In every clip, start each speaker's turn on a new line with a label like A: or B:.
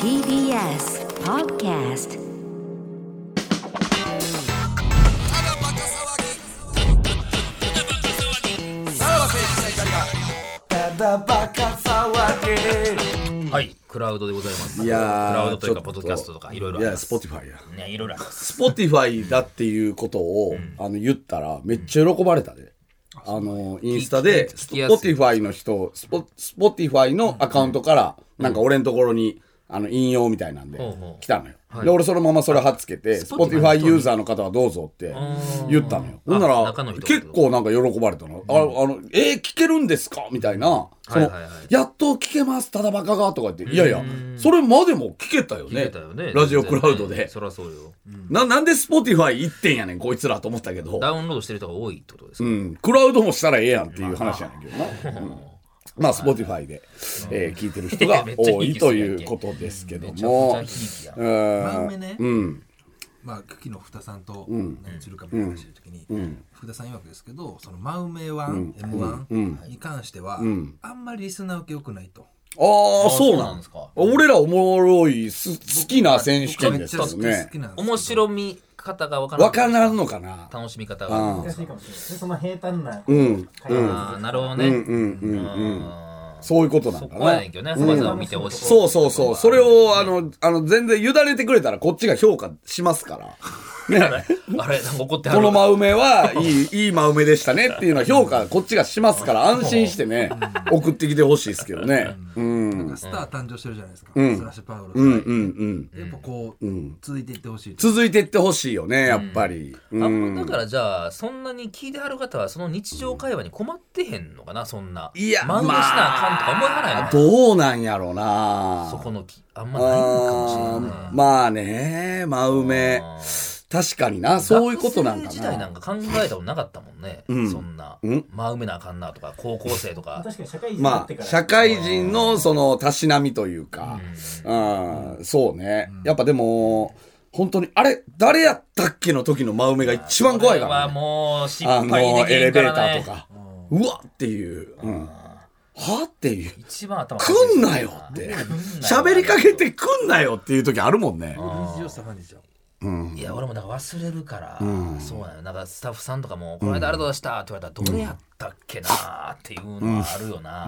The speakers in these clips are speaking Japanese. A: TBS Podcast
B: はい、クラウドでございます。
C: いやー
B: クラウドというか、
C: ちょ
B: ポ
C: っ
B: ッ
C: と
B: ドキャストとか、いろいろあ
C: い
B: り
C: や
B: ます。
C: スポティファイや
B: ね、いろいろあります。
C: スポティファイだっていうことを、あの言ったらめっちゃ喜ばれたで、あのインスタでス
B: 聞きやすい
C: ポティファイの人スポスポティファイのアカウントから、なんか俺のところにあの引用みたいなんで
B: ほうほう
C: 来たの
B: は
C: よ、
B: い
C: で俺そのままそれ貼っつけてスポティフ
B: Spotify
C: ァイユーザーの方はどうぞって言ったのよほんな
B: あ
C: ら
B: 中の人ってこと
C: 結構なんか喜ばれたの,、ああのえー、聞けるんですかみたいな、その
B: はいはいはい
C: やっと聞けますただバカがとか言って、いやいやそれまでも聞けたよ
B: 聞
C: ね
B: けたよね。
C: ラジオクラウドで、
B: 全然そりゃそうよ。
C: な、なんで Spotify 一点やねん、こいつらと思ったけど。
B: ダウンロードしてる人が多いってことです
C: う
B: か。
C: ん。クラウドもしたらええやんっていう話やねんけどな。うんまあ、Spotify で、えー聞いてる人 が
B: めっちゃ
C: 多
B: いい
C: い
B: ですね
C: ということですけど
B: めちゃくちゃ
C: も
B: いい。気や。
D: 番目ね、
C: うん。
D: まあ、昨日福田さんと何するかみたいな話してる時に、福田さん曰くですけどその真梅1、M1 に関しては、あんまりリスナー受け良くないと。
C: ああ、そう
B: そうな
C: なん
B: んで
C: ですす
B: か
C: か。俺らおもろいす、好きな選手権
D: め
C: で
D: っ
C: す
D: ちゃ
C: よ
D: 好き
C: ね
D: 好。きなんです
B: 面白み方がわから
C: わからんのかな
B: 楽しみ方がわからん
E: 難しいかもしれないその平坦な
C: うん。
B: あーなるほどね。うんうん
C: そういうことなん
B: そ
C: か
B: こや
C: な
B: ねん。けどね。そばさんを見てほしい。
C: そうそうそう。それを、あの、あの、全然委ねてくれたらこっちが評価しますから。ね。
B: あれ、なんか怒っては
C: こ
B: る。
C: の真梅はいい、 いい真梅でしたねっていうのは評価こっちがしますから安心してね、送ってきてほしいですけどね。うん。うん
D: スター誕生してるじゃないですか、スラッシュパウロさん、
C: うんうん。
D: やっぱこう、続いていってほしいと
C: 続いていってほしいよね、やっぱり。うん
B: あんまだからじゃあそんなに聞いてはる方はその日常会話に困ってへんのかなそんない
C: や
B: 真似しなあかんとか思わないのかな
C: どうなんやろうな
B: そこのきあんまないのかもしれないね
C: あーまあね、真梅。確かにな、そういうことなん
B: 学
C: か
B: 生時代な
C: な。
B: んか考えたことなかったもんね、そんな、真埋めなあかんなとか高校生とか
E: 確かに社会人になっ
C: ま
E: て
C: あ、
E: から、
C: 社会人のその、たしなみというか、うん、そうね。やっぱでも、本当に、あれ、誰やったっけの時の真梅が一番怖いか
B: これ
C: ら
B: は
C: ね。
B: もう失
C: あ
B: 敗
C: の、
B: でき
C: エ
B: へ
C: レ
B: んか
C: ベー
B: ら
C: タ
B: ね
C: ーとか。うわっていう。うん。はっていう。
B: 一番頭
C: 来んなよって。喋りかけて来んなよっていう時あるもんね。
D: 日常茶飯事じゃん
B: いや俺もなんか忘れるから、そうなのなんかスタッフさんとかも「この間あれどうでした?」って言われたら「どれやったっけな?」っていうのはあるよな、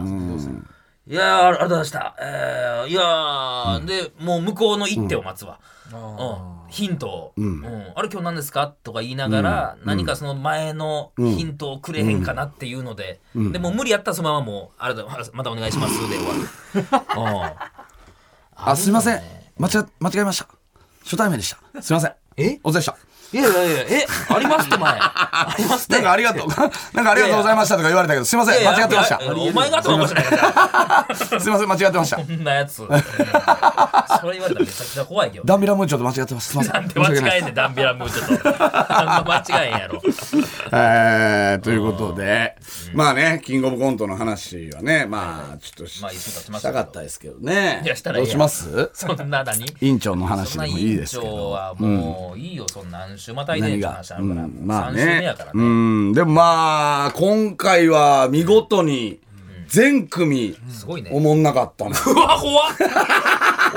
B: いやーあれどうでしたえー、いやー、でもう向こうの一手を待つわ、うんヒントを、うんあれ今日何ですか?」とか言いながら、何かその前のヒントをくれへんかなっていうので、でもう無理やったらそのままもう「あれだまたお願いします」で 終わる、うん
C: あ、すいません。間違、間違えました。初対面でした。すいません。
B: え
C: お疲れでした。
B: いやいやいや、え、ありますって 前。ありますって。
C: なんかありがとう。なんかありがとうございましたとか言われたけど、すいません。間違ってました
B: い。やいやお前がとかもしれないから。
C: すいません。間違ってました
B: こ。んなやつ。それ言われたらめちゃくちゃ怖いけど。
C: ダンビラムーチョと間違ってました。すい
B: な
C: ま
B: んで
C: せん。申し訳
B: 間
C: な
B: 違
C: い
B: えんねんダンビラムーチョと。あんま間違えんや ろ。
C: えー、ということで、まあね、キングオブコントの話はね、まあ、ちょっとし,、
B: まあ一週経ちましたけど
C: たかったですけどね。
B: いやしたらいい
C: ど
B: や
C: うします
B: そんな何
C: 委員長の話
B: そん
C: で
B: な
C: もいい
B: 委員
C: ですけ
B: 長
C: ど。
B: はもういいよ、そんな何週またいでんって話あるから。
C: うんまあ
B: 3週目
C: ね
B: やから。
C: う
B: ね。
C: ん。でもまあ、今回は見事に、全組、
B: すごいね。
C: おもんなかったな。
B: うわ、怖っ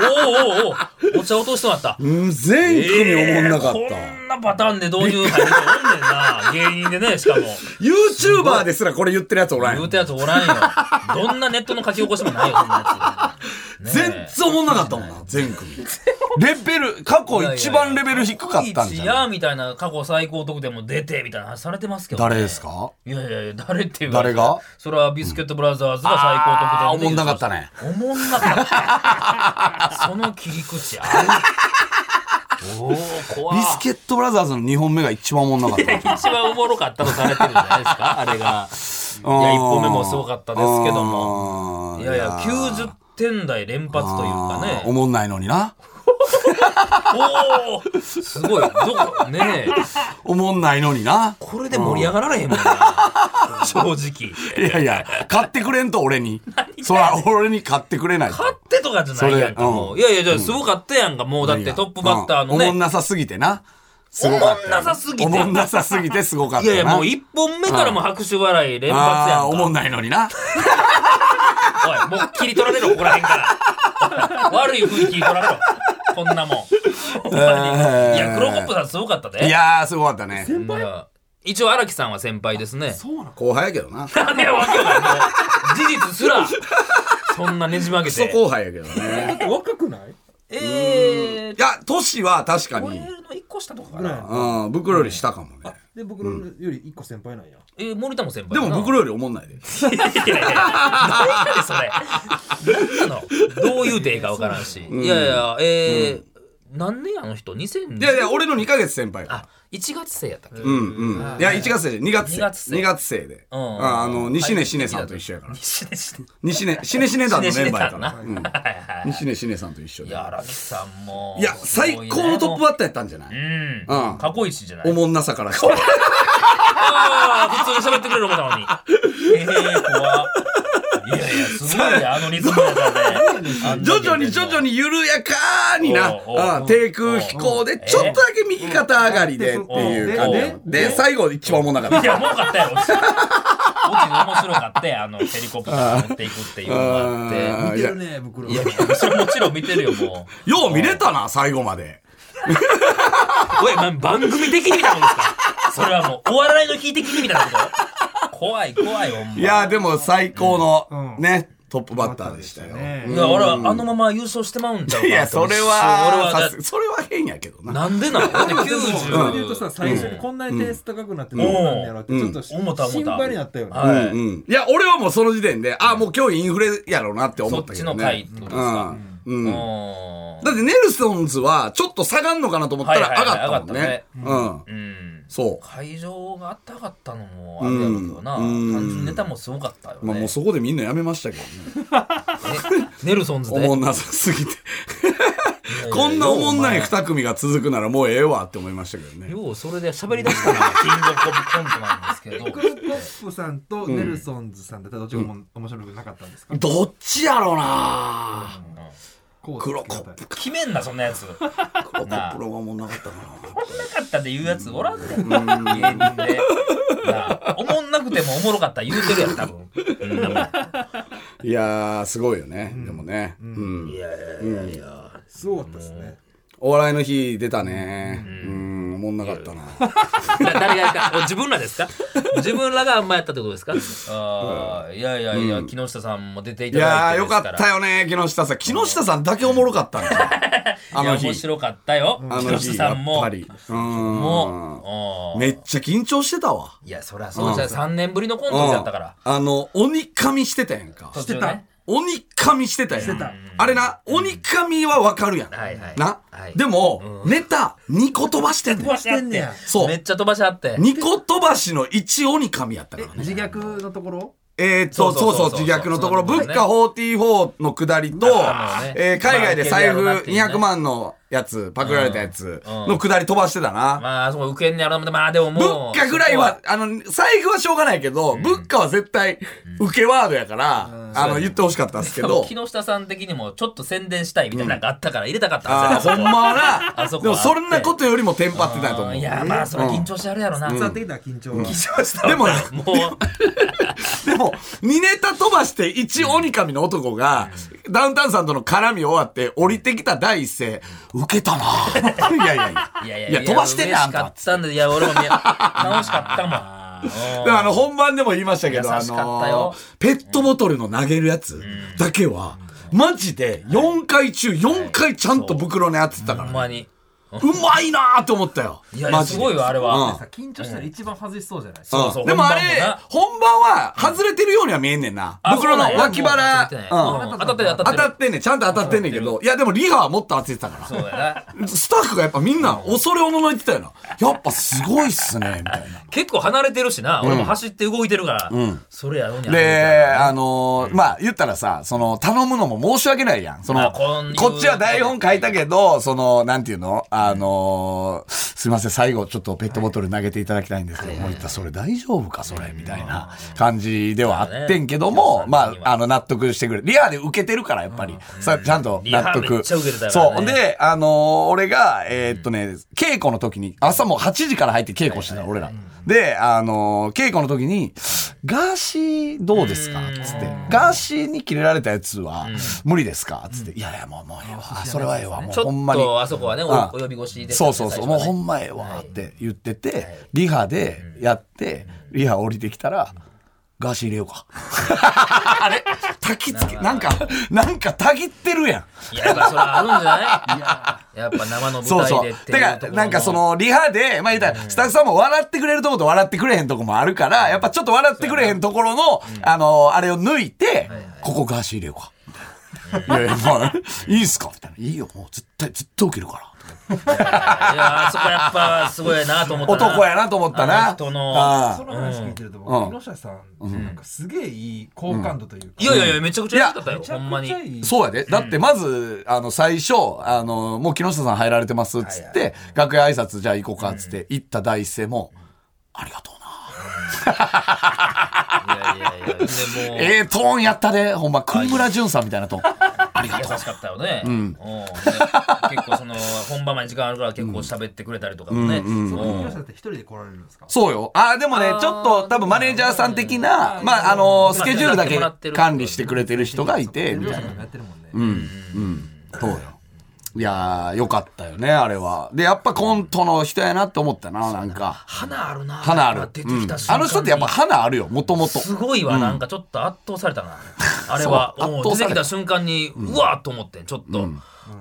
B: おおおうおうお茶落としてもら った。
C: うん全組おもんなかった。
B: えーこんなパターンで導入入る人おんねんな。芸人でね、 しかも。
C: YouTuber ですらこれ言ってるやつおらん
B: 言
C: よ
B: う。たやつおらんよ。どんなネットの書き起こしもないよ、そんなやつ。
C: 全
B: ねえ
C: 然おもんなかったもんな、全組。レベル、過去一番レベル低かったん
B: い
C: じ
B: ち
C: ゃ
B: や
C: ない
B: みたいな過去最高得点も出てみたいな話されてますけど、ね。
C: 誰ですか
B: いやいやいや、誰っていうわけ
C: 誰が
B: それはビスケットブラザーズが最高得点で
C: あーおもんなかったね。
B: おもんなかった。その切り口ある。おー、怖い
C: ビスケットブラザーズの2本目が一番おもんなかった。
B: 一番おもろかったとされてるんじゃないですか、あれが。いや、一本目もすごかったですけども。
C: も
B: いやいや、90点台連発というかね。
C: おもんないのにな。
B: おおすごいどこねえ
C: おもんないの にな。
B: これで盛り上がられへんもんな正直
C: いやいや、買ってくれんと俺に。そら、俺に買ってくれないと。
B: 勝ってとかじゃないやんか
C: それ
B: もういやいやじゃあすごかったやんかもうだっ
C: い
B: て
C: や
B: トップバッターのね
C: うんおもんなさすぎてな。すごかった
B: お
C: よ
B: もんなさすぎて
C: おもんなさすぎてすごかっ
B: い
C: たよ
B: や
C: な。
B: いやもう一本目からも拍手笑い連発やんか
C: あ あー、おもんないのにな。
B: おいもう切り取られる怒らへんから 悪い雰囲気取られろ。こんなもん。ほんまにいや、黒コップさんすごかったで。
C: いやー、すごかったね。
B: うん一応荒木さんは先輩ですね。
D: そうなの
C: 後輩やけどな。 ク
B: なんでわけわからんもう事実すら、そんなねじ曲げ
C: ソ
B: て。
C: 後輩やけど ね。
E: 若くない
B: ええ
C: いや、年は確か
B: 俺
C: に、
B: の一個下とかかな。
C: うん、袋より下かもね。
E: で、僕のより一個先輩なんや。
B: えー、森田も先輩
C: で
B: やな。
C: も袋よりおもんないで。
B: いやいやいや何やねんそれ。何なのどういうていいかわからんし。いやいや、えー何年あの人 ?2000
C: いやいや、俺の2ヶ月先輩やから。
B: あ、1月生やったっけ、
C: うんうん。いや、1月生で、2月
B: 二
C: 生。
B: 月生
C: 2月生で。
B: うん
C: ああの、西根しねさんと一緒やから。
B: 西根さん
C: 西根、しねしね団のメンバー やから。
B: し
C: うん西根しねさんと一緒
B: い
C: で。
B: や、荒木さんも。
C: いや、
B: すごい
C: 最
B: ね
C: 高のトップバッターやったんじゃな
B: う
C: い
B: ん。
C: うん
B: 過去一じゃない
C: おもんなさからして。
B: ああ、普通に喋ってくれる思ったの に。ええ怖っいやいや、すごいね、あのリズムやったね。
C: 徐々に徐々に緩やかにな
B: おうおうおう、
C: うん低空飛行で、ちょっとだけ右肩上がりでっていう感じ
B: おうおう。
C: で、最後一番おもんなかった
B: い。や、もうかったよ。落ちて面白かったよあの、ヘリコプター持っていくっていうのがあって。
C: あ
D: 見
C: ーい
D: て
C: や
D: るね袋
B: いや、もちろん、もちろん見てるよ、も
C: よう見れたな、最後まで。
B: う。おい、ま番組的に見たもんですかそれはもう、お笑いの日的に見たこと怖い、怖い、ほんま。
C: いや、でも最高の、
E: うん
C: ね、トップバッターでしたよ。
E: ね
B: いや俺はあのまま優勝してまうんちゃうか
C: い
B: な
C: や、そ
B: 俺
C: れは、
B: はだ
C: さすそれは変やけどな。
B: なんでなのだって
E: それで言うと
B: 90
E: さ、最初にこんなに点数高くなってどうなんやろって、ちょっと
B: うん思った思った
E: 心配になったよね。
B: は
C: うんうんいや、俺はもうその時点で、あ、もう今日インフレやろうなって思
B: そっ
C: っ
B: た
C: け
B: ち
C: ど
B: の
C: ね。
B: 回ってことですか
C: うん。
B: う
C: うんんだってネルソンズは、ちょっと下がんのかなと思ったら
B: はい
C: 上
B: はいはい
C: がったもんね。うん。
B: うん
C: そ
B: 会場があったかったのもあれやろうけどな
C: うん
B: 単純にネタもすごかったよ
C: う。まあも
B: ね
C: うそこでみんなやめました けどね。
B: えネルソンズ
C: お
B: で
C: もんなさ すぎて。こんなおもんない二組が続くならもうええわって思いましたけどね。
B: ようそれで喋り出したのがキングオブコントなんですけど
D: クロコップさんとネルソンズさんだったらどっちがも面白くなかったんですか
C: どっちやろ うな
D: こう
C: 黒コップ
B: 決めんなそんなやつな
C: 黒コップの方がおもんなかったかな。
B: かったって言うやつおらんねん芸人でなあおもんなくてもおもろかった言うてるやん多分うんでも
C: いやー、すごいよね。でもね。うん。
E: すごかったですね。
C: お笑いの日出たね。うん、おもんなかったな。
B: だ誰がやったお自分らですか自分らがあんまやったってことですかああいやいやいや、木下さんも出てい
C: い
B: ただ
C: やー、
B: いてで
C: よ
B: すから
C: かったよね、木下さん。木下さんだけおもろかったん だ。あ
B: いや
C: の日
B: 面。白かったよ
C: あ
B: 木
C: の
B: 下
C: 日、
B: さ
C: やっ
B: んも
C: ぱり。うん。
B: もううん
C: めっちゃ緊張してたわ。
B: いやそりゃそうじゃ3年ぶりのコントだったから
C: うんあの、鬼神してたやんか。
B: 途中ね
C: 鬼神してたやん。あれな、鬼神はわかるやん。
B: はいはい
C: な
B: はい。
C: でも、ネタ、二個飛ばしてんねん。
B: してん
D: ねや
C: そう
B: めっちゃ飛ばしあって
C: 二個飛ばしの一鬼神やったからね。
D: 自虐のところ
C: えーっと、
B: そ
C: そうう
B: そ
C: そうう
B: そう
C: 自虐のとこ
B: そ
C: ろ、
B: うそう
C: 文化44の下りと
B: あのね、
C: えー海外で財布
B: まあ受けるやろなっていうね
C: 200万のやつ、パクられたやつ
B: うん
C: の下り飛ばしてたな。
B: まあそこ受けんねやろなまあでももう
C: 物価ぐらいは、あの、財布はしょうがないけど、物価は絶対、受けワードやから、あの、言ってほしかったんですけ
B: そこ
C: ど
B: 木。下さん的にもちょっと宣伝したいみたいなのがあったから入れたかった
C: ああ、
B: はず
C: ほ
B: や
C: んまは
B: あそ
C: な。
B: こ
C: で
B: はあ
C: も、
B: って
C: そんなことよりもテンパってたと
B: う
C: 思う。
B: んい
C: で
B: やまあそれ緊張しあるやろな
D: 伝わってきた緊張が
C: も、
B: もう
C: もう、2ネタ飛ばして1鬼神の男が、ダウンタウンさんとの絡み終わって、降りてきた第一声、受けたなぁ いやいやいや。
B: いやいや
C: いや飛ばしてんねんあんた
B: 嬉しかったんでいや俺も見え楽しかったもん
C: でもあの、本番でも言いましたけど、
B: 優
C: あ
B: しかったよ
C: のー、ペットボトルの投げるやつだけは、マジで4回中4回ちゃんと袋に当ててた
B: ほ
C: から
B: ん
C: ね、
B: まに
C: うまいなーって思ったよ。
B: いやいや
C: マジ
B: す
C: で
B: ごいよあれは
C: うん
D: さ緊張したら一番外しそうじゃない
B: そうそう
C: うんでもあれ
B: 本番もな、
C: 本番は外れてるようには見えんねんな。
B: あ
C: 袋の脇腹、
B: そうなんや
C: うん
B: もう当たってないうん当たってる当
C: 当
B: た
C: た
B: ってる
C: ってんねん。ちゃんと当たってんねんけど、いやでもリハはもっと当ててたから。
B: そうやな
C: スタッフがやっぱみんな恐れおののいってたよな。やっぱすごいっすね、みたいな。
B: 結構離れてるしな、俺も走って動いてるから、それやろに
C: で、あのーまあ、言ったらさ、その、頼むのも申し訳ないやん。そ
B: まあ
C: の、
B: こん
C: こっちは台本書いたけど、その、なんていうのああのーすいません、最後ちょっとペットボトル投げていただきたいんですけど、もういったそれ大丈夫か、それ、みたいな感じではあってんけども、
B: うん
C: まあ、あの、納得してくれる。リアで受けてるから、やっぱり、さちゃんと納
B: リハめっ
C: 得。
B: ちゃ受けてたからね
C: そう。で、あのー俺が、えーっとね、稽古の時に、朝もう8時から入って稽古してたの、俺ら。で、あのー稽古の時に、ガーシーどうですかつって、ガーシーに切れられたやつは、無理ですかつって、いやいや、もう、もうええわ。あそれはええわ。もう、
B: ちょ
C: ほんま
B: っ
C: に。
B: とあそこはねお
C: あ
B: お呼び越しで
C: そうそうそう、もうほ
B: ん
C: んまええわって言ってて、リハでやって、リハ降りてきたら、ガーシー入れようか。 あ れたきつけ、なんか、なんかたぎってるやん。
B: いややっぱそれあるんじゃないやっぱ生の
C: そう
B: 舞
C: そ
B: 台で
C: う
B: っ。て
C: て
B: いう
C: か
B: ところ、
C: なんかその、リハで、まあ言ったら、スタッフさんも笑ってくれるとこと笑ってくれへんとこもあるから、やっぱちょっと笑ってくれへんところの、あの、あれを抜いて、ここガーシー入れ ようか。いやいや、まあ、いいっすかみたいな。いいよ、もう絶対、ずっと受けるから。
B: いやあそこやっぱすごいなと思ったな
C: 男やなと思った
B: あ
C: な。
B: の人の
C: ああ
E: その話聞いてると
C: うん
E: 僕木下さんなんかすげえいい好感度というか
B: いやいやいやめちゃくちゃ良かったよ
E: めち
B: ほん
E: ゃ
B: ま
E: く
B: に
E: ちゃいい
C: そうやで。だってまず、あの、最初、あの、もう木下さん入られてますっつって、楽屋挨拶じゃあ行こうかっつって、行った第一声も、ありがとうな。
B: いやいやいやでもう
C: ええトーンやったで、ほんま、国村淳さんみたいなトーン。ありが
B: 優
C: とう。
B: しかったよね。うん。結構その本番まで時間あるから結構喋ってくれたりとかもね。うん
E: 木下さんって一人で来られるんですか
C: そうよ。ああ、でもね、ちょっと多分マネージャーさん的な、まあ、あの、スケジュールだけ管理してくれてる人がいて、み
E: 木
C: た
E: 下
C: いな
E: さんがやってるもんねうん
C: そうよ。いやー、よかったよね、あれは。で、やっぱコントの人やなって思ったな、なんか。
B: 花あるな。
C: 花ある。
B: 出て
C: うん
B: きた瞬間に
C: あの人ってやっぱ花あるよ、もともと。
B: すごいわ、なんかちょっと圧倒された な。あれは、
C: そう
B: うん
C: 圧倒
B: 出
C: さ
B: てき
C: れた
B: た瞬間に、うわーっと思ってんちょっと。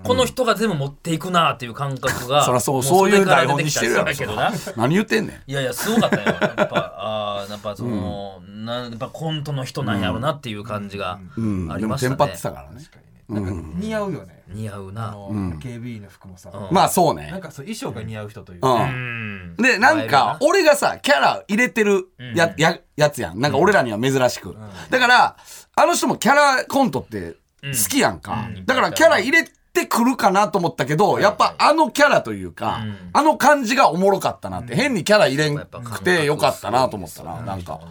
B: この人が全部持っていくなーっていう感覚が。
C: そりゃそう、
B: も
C: そういう台本にしてるや
B: 袖から出
C: ろ。
B: きた
C: そ
B: りす
C: ら
B: けどな。
C: 何言ってんねん。
B: いやいや、すごかったよ。やっぱ、あーやっぱその、なん、やっぱコントの人なんやろなっていう感じが
C: うん、
B: あ
C: で
B: り
C: も
B: ま
C: テ
B: し
C: ンパ
B: た
C: っ
B: ね
C: て。たからね。
E: なんか似合うよね
B: 似合う
E: あ
B: な。
E: の警備員の服もさ
C: まあそうね
E: なん。かそう衣装が似合う人という
C: う。
E: か
B: うんん
C: で、なんか、俺がさ、キャラ入れてるや、
B: う
C: や、やつやん。なんか俺らには珍しく。だから、あの人もキャラコントって好きやんか
B: うん。
C: だからキャラ入れてくるかなと思ったけど、やっぱあのキャラというか、あの感じがおもろかったなって。変にキャラ入れんくてよかったなと思ったな。なんか。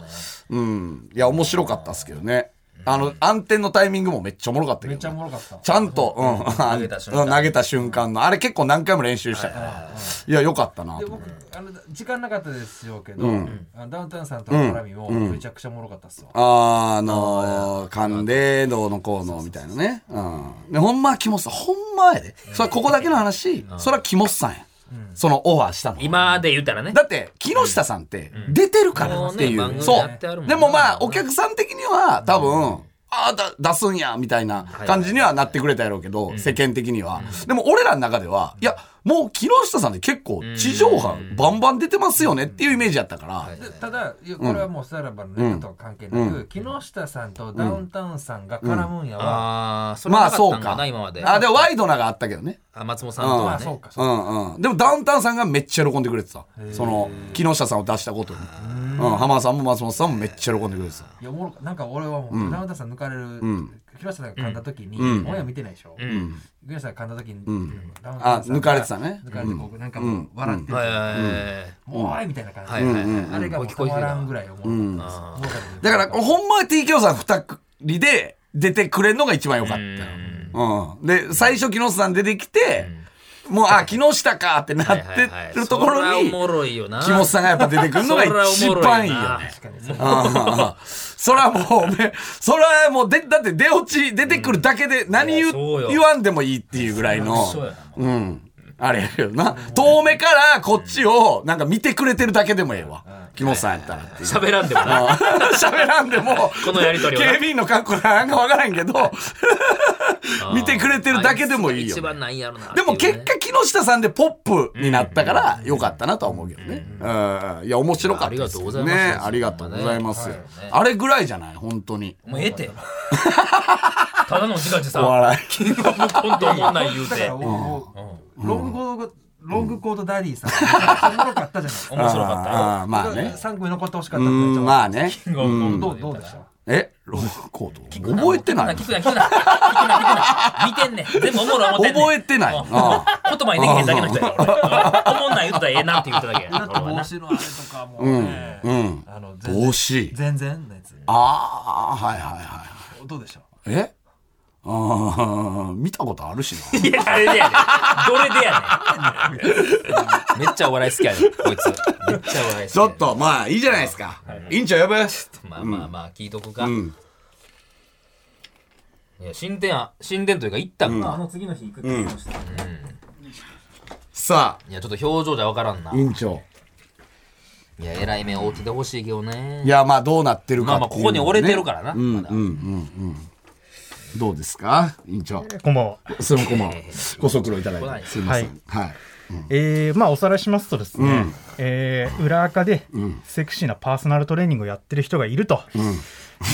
C: うん。いや、面白かったっすけどね。あの、暗転のタイミングもめっちゃおもろかったけど
E: め
C: ね。
E: っちゃおもろかった
C: ちゃんと、うん、投
B: げた瞬間
C: 投げた瞬間の、あれ結構何回も練習したから、いや、よかったな
E: で
C: と思っ
E: 僕
C: て。
E: あの時間なかったですよけど、あのダウンタウンさんとの絡みもめちゃくちゃおもろかったっすわ、
C: あーあのー、勘で、どうのこうの、みたいなね。うん。で、ほんまはキモスさん、ほんまやで。それはここだけの話、それはキモスさんや。そのオファーしたの。
B: 今で言ったらね。
C: だって、木下さんって、出てるからってい
B: もうね
C: う。そ
B: 番組やってあるも
C: う。
B: ん
C: で
B: ね
C: もまあ、お客さん的には、多分、ああ、だ出すんや、みたいな感じにはなってくれたやろうけど、世間的には。でも、俺らの中では、いや、もう木下さんって結構、地上波、バンバン出てますよねっていうイメージやったから。
E: でただいやこれはもうさらばのネタとは関係なく、木下さんとダウンタウンさんが絡むんやは、
B: ああ、それ
C: ま
B: な
C: あ、
B: かっ
C: そ
B: た
C: うん
B: か
C: か。
B: な、今まで。
C: あ、でも、ワイドながあったけどね。
B: あ松本さんと
E: ま
B: は
E: あそう
B: ね。
E: かそううか、
C: んうん。でも、ダウンタウンさんがめっちゃ喜んでくれてた。その、木下さんを出したことに。うん。浜田さんも松本さんもめっちゃ喜んでくれてた。
E: いやおもろかなんか俺はもう、ダウンタウンさん抜かれる、木下さんが噛んだ時に、親見てないでしょ、木下さんが噛んだ時に、ダウンタウンさんが
C: あ抜かれてたね
E: 抜かれてこうなんかもう笑ってて、
B: はいはいはいはい
E: もうおいみたいな感じ、
B: はいはいはい
E: あれがもうたまらんぐらいおもろかったです
C: だから、ほんまは TKO さん二人で出てくれるのが一番良かったよ。うん。で、最初、木下さん出てきて、もう、あ、木下かってな
B: はい
C: っ
B: は
C: て
B: いはい。
C: るところに、
B: そらおもろいよな。
C: 木本さんがやっぱ出てくるのが一番いい
B: そらおもろい
C: よね
B: な。
C: ああそらもうね、そらもうで、だって出落ち、出てくるだけで何言,、
B: いやそうよ
C: 言わんでもいいっていうぐらいの
B: そうやな、
C: うん。あれやけどな。遠目からこっちをなんか見てくれてるだけでもええわ。木本さんやったらっていう。
B: 喋らんでもな。
C: ああ 喋らんでも、
B: このやりとりを
C: 警
B: な
C: 備員の格好なんかわからんけど、 見てくれてるだけでもいいよ
B: あつが一番なんやろな。
C: でも結
B: っていうね、
C: 果木下さんでポップになったから良かったなとは思うけどね。うん。いや、面白かったですよね。あ
B: あ
C: り
B: り
C: が
B: がと
C: とう
B: う
C: ご
B: ござ
C: ざい
B: い
C: ま
B: ますす
C: よ。あれぐらいじゃない本当に。
B: もうええて。ただの時間ってさ、
C: お 笑い
B: キングオブコントおもんない言う
E: だか
B: て
E: ら。もう、ロングコードロングコートダディさん、おもろかったじゃないですか。
B: 面白かったよ。
C: ああ、まあね。
E: 3組残ってほしかっ
C: う
E: たんで
C: ん、まあね。
B: キングオブコント
E: どう
B: で
E: ど
B: 言
E: う
B: った
E: で
B: ら
E: した
C: えロールコード覚えてない
B: 聞くな聞くな聞くな聞くな見てんねん全部おもろい思ってんねん
C: 覚えてない
B: うん
C: あ
B: 言葉にできへんだけの人やから 俺おもんない言うとったらええなって言うとだけや俺は
E: 帽
B: な
E: 子のあれとかもね、
C: うん
E: あの全然
C: 帽子
E: 全然のやつ
C: ああはいはいはい
E: どうでしょ
C: えああ見たことあるしな
B: いやあれでやねんどれでやねんめっちゃお笑い好きやねんこいつめっちゃお笑い好き
C: ちょっとまあいいじゃないですか委員長呼ぶ
B: まあまあまあ聞いとくか、いや進展あ進展というか行ったん
E: うあ
B: か、
E: の次の日行くって言ってました、
C: さ
B: いやちょっと表情じゃ分からんな、
C: あ委員長
B: いや偉い目を落ちてほしいけどね
C: いやまあどうなってる
B: ま
C: か
B: あ
C: って
B: まあ
C: いう
B: ここに折れてるからな、まだ
C: どうですか委員長
F: こんばんは。
C: それもこ んばんはご足労いただ
B: はいい
C: てすいませんはい
F: えーまあおさらいしますとですね、えー裏垢でセクシーなパーソナルトレーニングをやってる人がいると言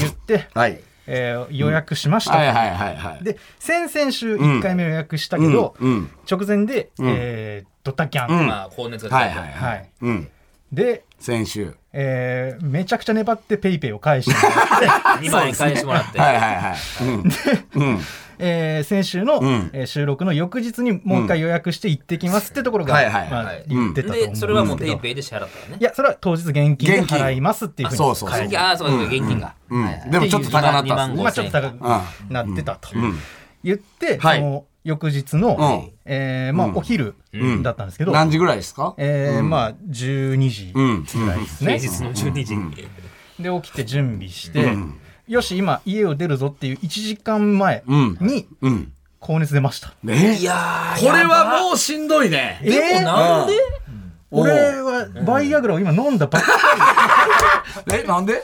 F: って、
C: はい
F: えー予約しました。
C: はいはいはいはい
F: で先々週1回目予約したけど、
C: うんうん
F: 直前で、えードタキャン、
B: まあ高熱が
C: は
B: 出
C: い
B: てる
C: はいはい
F: はい、
C: うん
F: で、
C: 先週
F: えーめちゃくちゃ粘ってペイペイを返してもらって
B: 2万円返してもらって、
C: はいはいはい
F: えー先週の、えー収録の翌日にもう一回予約して行ってきますってところが、
C: はいはい
F: ま
B: は
F: あ
B: い、
F: 言ってたと思うんです
B: でそ
F: けど、
B: れはもうペイペイで支払ったよね
F: いやそれは当日現金で払いますっていうふうに
C: そうそうそう
B: 会計ああそうだ現金が、
C: うん
B: はいはい
C: でもちょっと高なったんですね
F: 今ちょっと高くなってたと言って、
C: はい
F: その翌日の、
C: うん
F: えーまあ、お昼だったんですけど、
C: 何時ぐらいですか
F: えーまあ、12時
C: うん
F: ぐらいです
B: 平
F: ね、
B: 日の12時に、
F: で起きて準備して、よし今家を出るぞっていう1時間前
C: ん
F: に
C: うん
F: 高熱出ました、
C: え
B: いやー
C: これはもうしんどいね
F: え
B: やばい
F: ー
B: なんで、
F: 俺はバイアグラを今飲んだばっか
C: えなんで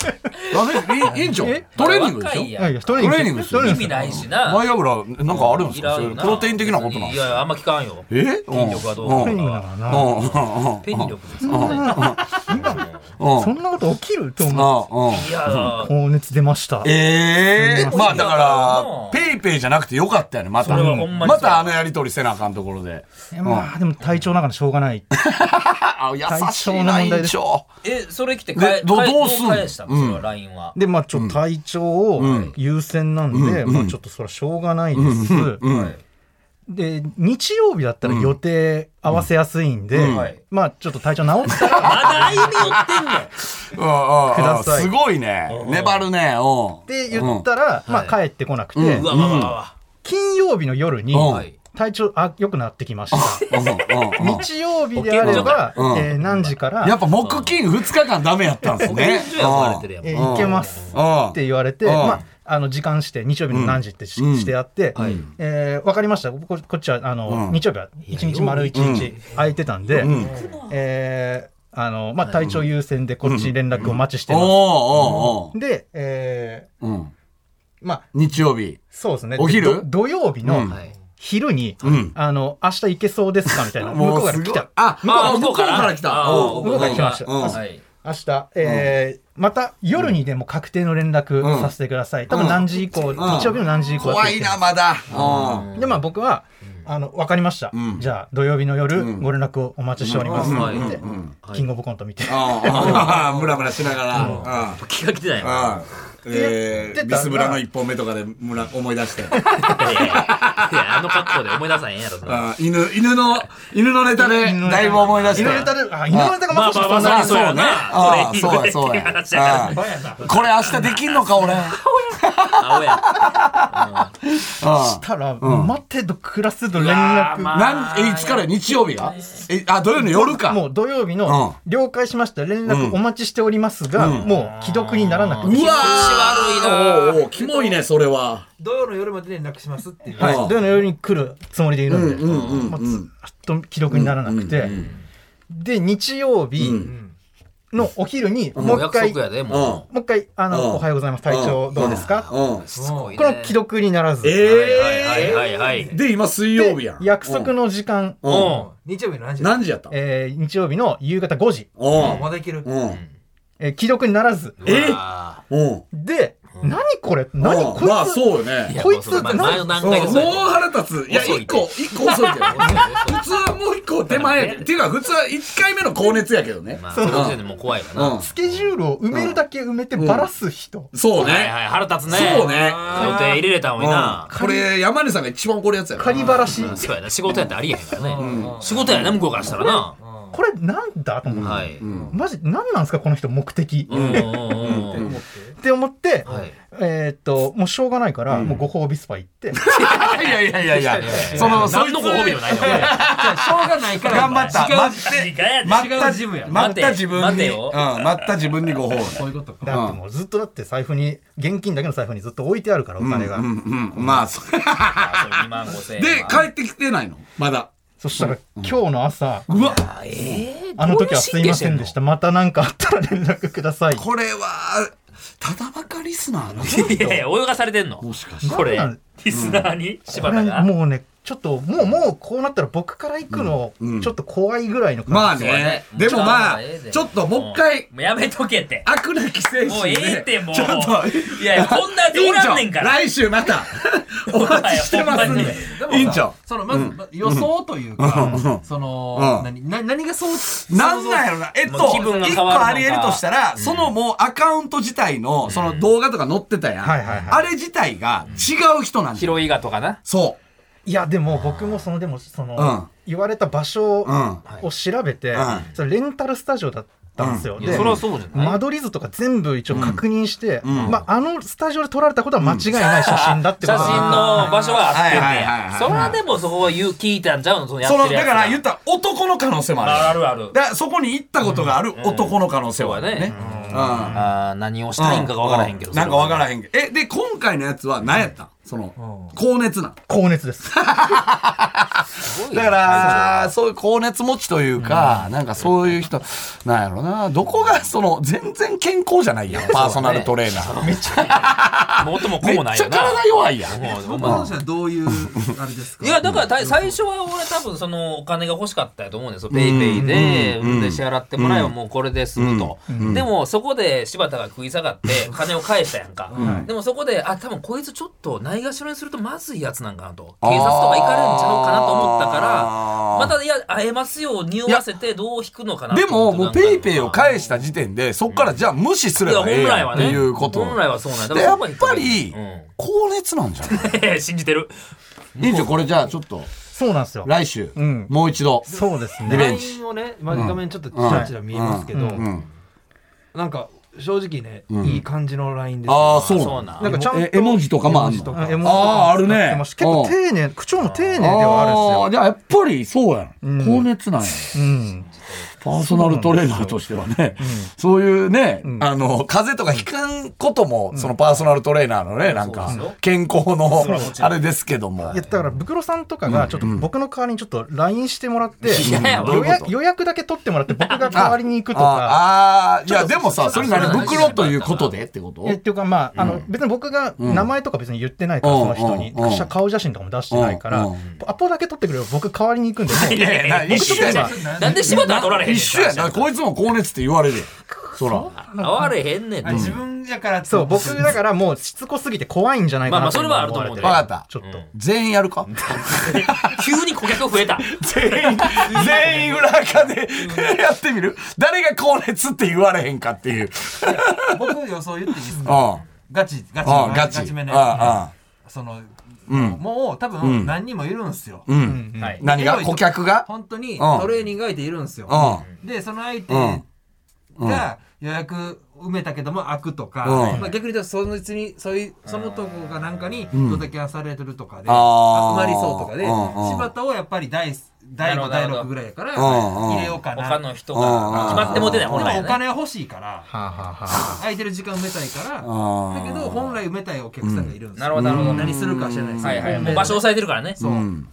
C: なんで委員長
F: え
C: トレーニングでし
B: 若
C: ょ
B: い
F: り
B: やん
F: いやトレーニ
C: トレーニン
F: ング
C: グですよ
F: トレー
B: 意
F: ニ
B: 味
F: ング
B: ないしな
C: マイアグラなんかあるんですかそ
B: いら
C: れ
B: ん
C: プロテイン的なことなん
B: い
C: です
B: やい
C: か
B: やあんま聞かんよ
C: え筋
B: 筋力はどうか
F: トレーニングだからな、
C: うん
B: ペニ力ですかね
C: うん
F: そんなこと起きると思う
C: うんうん
B: いやー
F: 高熱出ました
C: ええ
B: すごい
C: まあだ
B: も
C: か
B: う
C: ら、ペイペイじゃなくてよかったよね、ま
B: そ
C: た。
B: れはほんまにそう
C: またあのやりとりせなあかんところで。
F: えまあでも体調なんかのしょうがない
C: あ、優しい
F: 体調の
C: な、
F: 問題
C: 委
F: で
C: 員
F: す
C: 長。
B: えそれ来て
C: で
B: 返
C: ど
B: 返
C: どうすんの
B: 返したのそれは LINE は、
F: でまあちょっと体調を優先なんで、まあちょっとそれはしょうがないです、はいで日曜日だったら予定合わせやすいんで、
B: はい
F: まあちょっと体調治ったら
B: まだ歩み寄ってんねん
C: うんうんうん
F: ください
C: すごいね。粘るね。うん
F: って言ったら、まあ、帰ってこなくて、
B: うわわわわわ
F: 金曜日の夜に
C: うん
F: 体調あ良くなってきました
C: うんうんうん
F: 日曜日であれば、
C: うん
F: えー何時から、
C: やっぱ木金2日間ダメやったんですね
B: 保健。所や思われてるやん
F: えー行けます
C: うん
F: って言われて、
C: うん
F: まあ、あの時間して日曜日の何時ってし,、してあって、えーわかりましたここっちはあの、日曜日は一日丸一日空いてたんで、えーあのまあ、体調優先でこっちに連絡をお待ちして
C: おー
F: ます、
C: おーおー
F: で、えー
C: うん
F: まあ
C: 日曜日。
F: そうですね
C: お昼
F: ど土曜日の
B: はい
F: 昼に、
C: ん
F: あの明日行けそうですかみたいな向
C: もう
F: こうから
C: す
F: 来
C: ごい
F: た
C: あ、向
B: あ
C: こう向こうから来た。
B: あ
C: うん
F: 向こうから来ました
C: うん
B: はい
F: 明日、えーまた夜にでも確定の連絡させてください、多分何時以降、日曜日の何時以降だっ
C: 怖
F: て
C: い
F: 言っ
C: な、
F: て
C: まだ。うん
F: でまあ僕は、あの分かりました、じゃあ土曜日の夜、ご連絡をお待ちしております、
B: うん
F: って言って
B: うん
F: キングオブコント見て、
C: ああ、ムラムラしながら。うん
B: 気が来てないの
C: ああえ
F: で
C: ー、ビスブラの一本目とかで村思い出して
B: いやいやいやあの格好で思い出さへんやろそれ
C: ああ犬犬の犬のネタで
F: 犬のネタ
C: だいぶ思い出して
F: 犬のネタであ犬のネタが
B: ま
F: ま
B: あ
F: さ
B: ま
F: か
B: あま
F: そ
B: あ
F: ん
B: ま
F: な
B: あそうやな
C: ああそうやそ
B: こ
C: うや
B: れ話やから
C: ああこれ明日できんのか俺あ
B: 青や
C: あ
F: たら、待てど暮らせど連絡が
C: なんえいつから日曜日がえあ土曜の夜か
F: もう土曜日の、了解しました連絡お待ちしておりますが、もう既読にならなくて、
C: うわ
B: 悪いな
C: ーおうおうキモいねそれは
E: 土曜の夜まで連絡しますっていう、
F: はい
C: ああ
F: 土曜の夜に来るつもりでいるんで、
C: うんうんうん
F: まあずっと既読にならなくて、で日曜日のお昼にも
B: も
F: う
B: う
F: 一
B: 約
F: 回、
B: 束やでも
F: もう一回、あ
C: うん
F: の、おはようございます。体調どうですかこ
C: う
B: う
C: ん
B: すごいね
F: の既読にならず。
B: はいはいはいはい
C: で今水曜日やん
F: 約束の時間、
C: うんうん
E: 日曜日の何時
C: 何時やった
F: えー日曜日の夕方5時、
C: うん
E: まだいける、
C: うん
F: えー既読にならず。
C: え
B: うわ
C: うん
F: で、何これ何こいつ、
C: まあそうよね。
F: こいつ
B: そうそう前の段階で
C: もう
B: そうやね
C: 腹立つ。いや、
B: 遅い
C: 一個、一個遅いけど。普通はもう一個手前。っていうか、普通は一回目の高熱やけどね。
B: まあその時点でもう怖いかな
C: うん
F: スケジュールを埋めるだけ埋めてばらす人、
C: そ
B: は
C: う
B: い
C: ね。
B: はい腹立つね
C: そうね
B: 予定入れれたのにな
C: うんこれ、山根さんが一番怒るやつやから
F: 仮ばらし、
B: うんそうやな仕事やってありえへんからね仕事やね向こうからしたらな
F: これなんだと思って、
B: はいうん
F: マジ何なんですかこの人目的、
B: うんうんうんうん
F: って思って、
B: はい
F: えーっともうしょうがないから、もうご褒美スパ行って
C: いやいやいやいや、その、そ
B: 何
C: い
B: のご褒美でもないのこれ
E: しょうがないから頑張った
B: 違う違う
C: 待った
E: ジムや
C: 待った自分
B: 待て
C: に、
B: よ
C: うん、待った自分にご褒美。
E: ういうことか
F: だってもうずっとだって財布に現金だけの財布にずっと置いてあるからお金が、
C: うんうん、まあ、そ
B: あそれ2万5千円
C: で、帰ってきてないのまだ。
F: そしたら今日の朝、
C: うわ、
F: あの時はすいませんでしたまた何かあったら連絡ください
C: これは、ただばかリスナーなの
B: いやいや泳がされてんのもしかしてこれ
F: なんなん
B: リスナーに柴
F: こ
B: 田
F: れ
B: が
F: もうねちょっともうもうこうなったら僕から行くのちょっと怖いぐらいの
C: まあ
F: 感じ、
C: ね。でもまあ
B: ええで、
C: ちょっともう一回、
B: もうやめとけって
C: 悪なき精神で。
B: もうええってもう
C: ちょっと。
B: いやいやこんなやつおらんねんから
C: 委員長来週また、お待ちしてますんで。
D: もさ
C: 委員長。
D: そのまずま予想というか、その
C: うん
D: 何な何がそう
C: なんなんやろな。えっと、
B: もう気分が
C: 一
B: 変わるの
C: 個
B: か
C: あり得るとしたら、そのもうアカウント自体の、その動画とか載ってたやん。
F: はいはいはい
C: あれ自体が違う人なんだよ。
B: 拾いがとかない
F: やでも僕もそのでもその、
C: うん
F: 言われた場所
C: うん
F: を調べて、
C: うん
F: それレンタルスタジオだったんですよ、
B: い
F: で
B: やそれはそうじゃない
F: 間取り図とか全部一応確認して、まあ、あのスタジオで撮られたことは間違いない写真だってこ
B: 写
F: と
B: 真
F: が
B: の場所はあってん
C: はいはいはいは
B: ね
C: い
B: やそれはでもそこは言う聞いたんちゃうのその
C: そう。
B: やっ
C: そ
B: て
C: の、
B: るや
C: だ
B: つ
C: から言っ
B: った
C: ら男の可能性も
B: あ
C: ある。
B: るある
C: だからそこに行ったことがある男の可能性はあるよね。うん
B: あー何をしたいんかが分からへんけど
C: うなんか分から
B: ん
C: へんけど。え、で、今回のやつは何やったんその、高熱なん。
F: 高熱です
C: だから、そういう高熱持ちというか、なんかそういう人、なんやろな、どこがその、全然健康じゃないやん、パーソナルトレーナー。めっち
B: 元も子もない
C: ゃ
B: よな
C: 体弱いやん。
B: もう
D: 僕の話はどういうあれですか
B: いや、だからた最初は俺多分そのお金が欲しかったやと思うんですよ。ペイペイで、で支払ってもらえばもうこれで済むと。でもそこで柴田が食い下がって 金を返したやんか。でもそこで、あ、多分こいつちょっとないがしろにするとまずいやつなんかなと。警察とか行かれるんちゃうかなと思ったから、またいや、会えますよう匂わせてどう引くのかなと
C: で
B: 思
C: も、
B: って
C: もうペイペイを返
B: し
C: した時点で、そっからじゃあ無視す
B: い
C: れ
B: や、
C: ばええ
B: 本来
C: やん
B: は
C: って
B: ね。
C: いうこと。
B: 本来はそうなんだ
C: で
B: だ
C: や
B: から
C: っ
B: そこ
C: ぱ
B: は行
C: り
B: かないうん、
C: 高熱なんじゃな い
B: 信じてる。
C: 委員長、これじゃあちょっと、
F: そうなんですよ
C: 来週
F: ん、
C: もう一度、
F: そうです
C: リ
F: ね
C: ベンジ。
E: LINE をね、まあ、画面ちょっとちらちら見えますけど、
C: うん。
E: なんか正直ね、いい感じの LINE ですよ
C: ああ、そう
B: そう
C: なん
B: なん。
F: なんかちゃん
C: え
F: と
C: 絵文字とかもあん
E: 絵文字と
C: の
E: か
F: あ絵文字と
C: あ
F: か
C: あ、あるね。
F: 結構
C: うん
F: 丁寧口調も丁寧で
C: あ
F: はあるんですよ
C: ーじゃあやっぱりそうやん。
F: ん
C: 高熱なんや。
F: うん、
C: パーソナルトレーナーとしてはね、そういうね、あの、風邪とかひかんことも、そのパーソナルトレーナーのね、なんか
B: そうですよ、
C: 健康の、あれですけども
F: いや。だからブクロさんとかがちょっと僕の代わりにちょっと LINE してもらって、
B: いやいや
C: どういうこ
F: 予
C: と
F: 約予約だけ取ってもらって僕が代わりに行くとか。
C: ああー、いや、でもさ、それ何
B: ちょっと
C: 袋ということでってこ
F: えっ
C: と
F: ていうかまああの別に僕が名前とか別に言ってないから、
C: うん
F: その人に、
C: うんうん
F: 顔写真とかも出してないから、
C: うんう
F: アポだけ取ってくれれば僕代わりに行くんで、もう
C: いやいや、な一緒やな。
B: なんで柴田が取られへんねん。
C: 一緒やな。こいつも高熱って言われるよ。そら。
B: 会われへんねんて。
E: 自分やから
F: そう僕だからもうしつこすぎて怖いんじゃない
B: ま
F: かな
B: あまあそれはあると思う
F: わ
C: わかった
F: ちょっと、
C: 全員やるか
B: 急に顧客増えた。
C: 全員、全員裏垢でやってみる誰が高熱って言われへんかっていう。
D: 僕の予想言っていいです
C: う
D: か
C: ん。
D: ガチガチ
C: あガチ。
D: めの
C: あ
D: や
C: あ
D: つそのもう多分何人もいるんすよ
C: うん。
B: はい。
C: 何が顧客が
D: 本当にトレーニング相手いるんすよ
C: う
D: でその相手
C: うん
D: が予約埋めたけども開くとか、
C: うん
D: まあ、逆に言うとそのうちにそういうそのとこがなんかにドタキャンされてるとかで、
C: あー
D: 集まりそうとかで、
C: うんうん
D: 柴田をやっぱり第第
B: なるほ
D: 5
B: どな
D: 第
B: るほど
D: 6ぐらいやから
C: んうん
D: 入れようかな、
B: 他の人が決まっても出ない
D: でも
B: 本来
D: お
B: はね。
D: 金は欲しいから
F: はあはあは
D: 空いてる時間埋めたいから
C: あー
D: だけど本来埋めたいお客さんがいるんです
B: な
D: よ、
B: るほどなるほど。
D: 何するか知らないですけ
B: は
D: ど
B: いはい。もう場所押さえてるからね。
D: そう、
C: ん。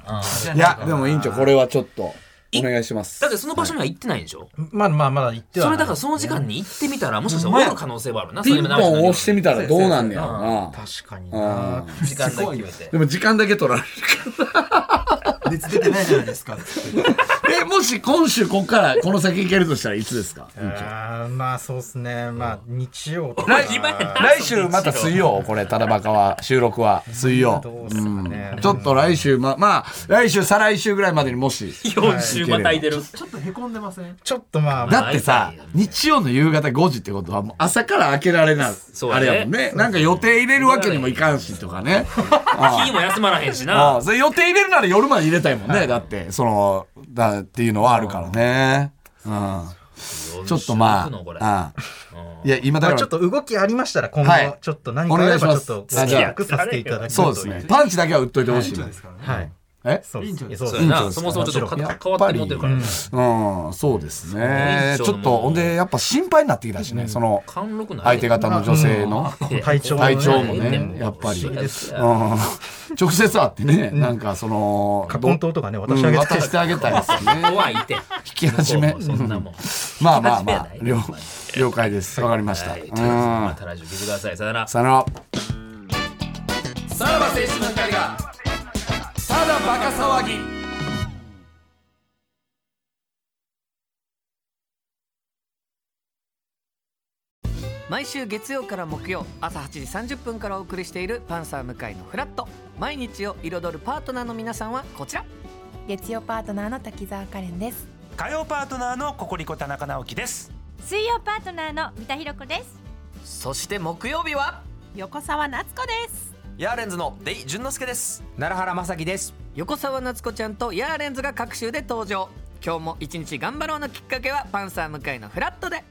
C: いや、でも委員長、これはちょっと、お願いします
B: だっ。てその場所には行ってないでしょ。
F: あまあまあまだ言っては
B: それ
F: ない
B: だからその時間に行ってみたらもしかしたら終わる可能性はあるな。
C: ピンポン押して みたらどうなんねや
B: う
C: ろ
B: ん
C: な。
F: 確かに
C: うん
B: 時間だけ決めて。
C: でも時間だけ取られる
D: でりつけてないじゃないです か。
C: え、もし今週ここからこの先行けるとしたらいつですか
F: あーまあそうですねまあ日曜とか
C: 来 来週また水曜、これ、ただバカは、収録は水曜。
F: どうっすかね、
C: ちょっと来週、ま、まあ、来週、再来週ぐらいまでにもし。
B: 4週またいでる。
E: ちょっとへこんでません
F: ちょっとまあまあ
C: だってさ、日曜の夕方5時ってことは、もう朝から開けられな
B: そうだ
C: あ
B: ね
C: れやもんね。なんか予定入れるわけにもいかんしとかね。
B: 日も休まらへんし
C: あ
B: な
C: あ、。それ予定入れるなら夜まで入れたいもんね。だって、その、だっていうのはあるからね。うん。ちょっとま
B: 四週行くのこれ
C: あ、うんいや、今だ
F: ま
C: から
F: あちょっ、と動きありましたら今
C: はい
F: 後ちょっと何かあれば
C: お
F: ち
C: 願いし
F: ょっ
C: ます
F: と
C: あ
F: 付き合くさせていただき
C: そうですね。パンチだけは売っといてほしい。
F: はい
C: え
F: そうですね
B: そう
F: そ
B: や
C: い
F: うです
C: いんじゃないで
B: な。
C: すか
B: そもそもちょっと
C: やっぱ
B: か
C: り
B: 変わって持ってるからね。
C: うん、そうですね。
B: そ
C: ち
B: れ以上の
C: ょっと、ほんで、やっぱ心配になってきたしね、その、
B: 貫禄ない。
C: 相手方の女性の。
B: うん
F: 体調
C: 体調
B: も
C: もね
B: ね、
C: やっぱり。
B: そううんですよ
C: 直接会ってね、なんかその、
F: カポン島とかね渡
C: う
F: し
C: ん
F: てあげた
C: 渡してあげたいですよね。
B: 怖いって。引
C: き始め
B: そんなもん。
C: まあまあ まあ
B: 引、き始め
C: 了
B: やない
C: 了解です。わかりました。
B: はい、ということで
C: うん
B: また来週聞いてください。さよなら。
C: さよなら。
B: さらば青春の光が。
C: ただバカ騒ぎ。
G: 毎週月曜から木曜朝8時30分からお送りしている「パンサー向かいのフラット」毎日を彩るパートナーの皆さんはこちら
H: 月曜パートナーの滝沢カレンです
I: 火曜パートナーのココリコ田中直樹です
H: 水曜パートナーの三田寛子です
G: そして木曜日は
H: 横澤夏子です
I: ヤーレンズのデイ純之介です奈良原まさです
G: 横澤夏子ちゃんとヤーレンズが各週で登場今日も一日頑張ろうのきっかけは「パンサー向かいのフラットで」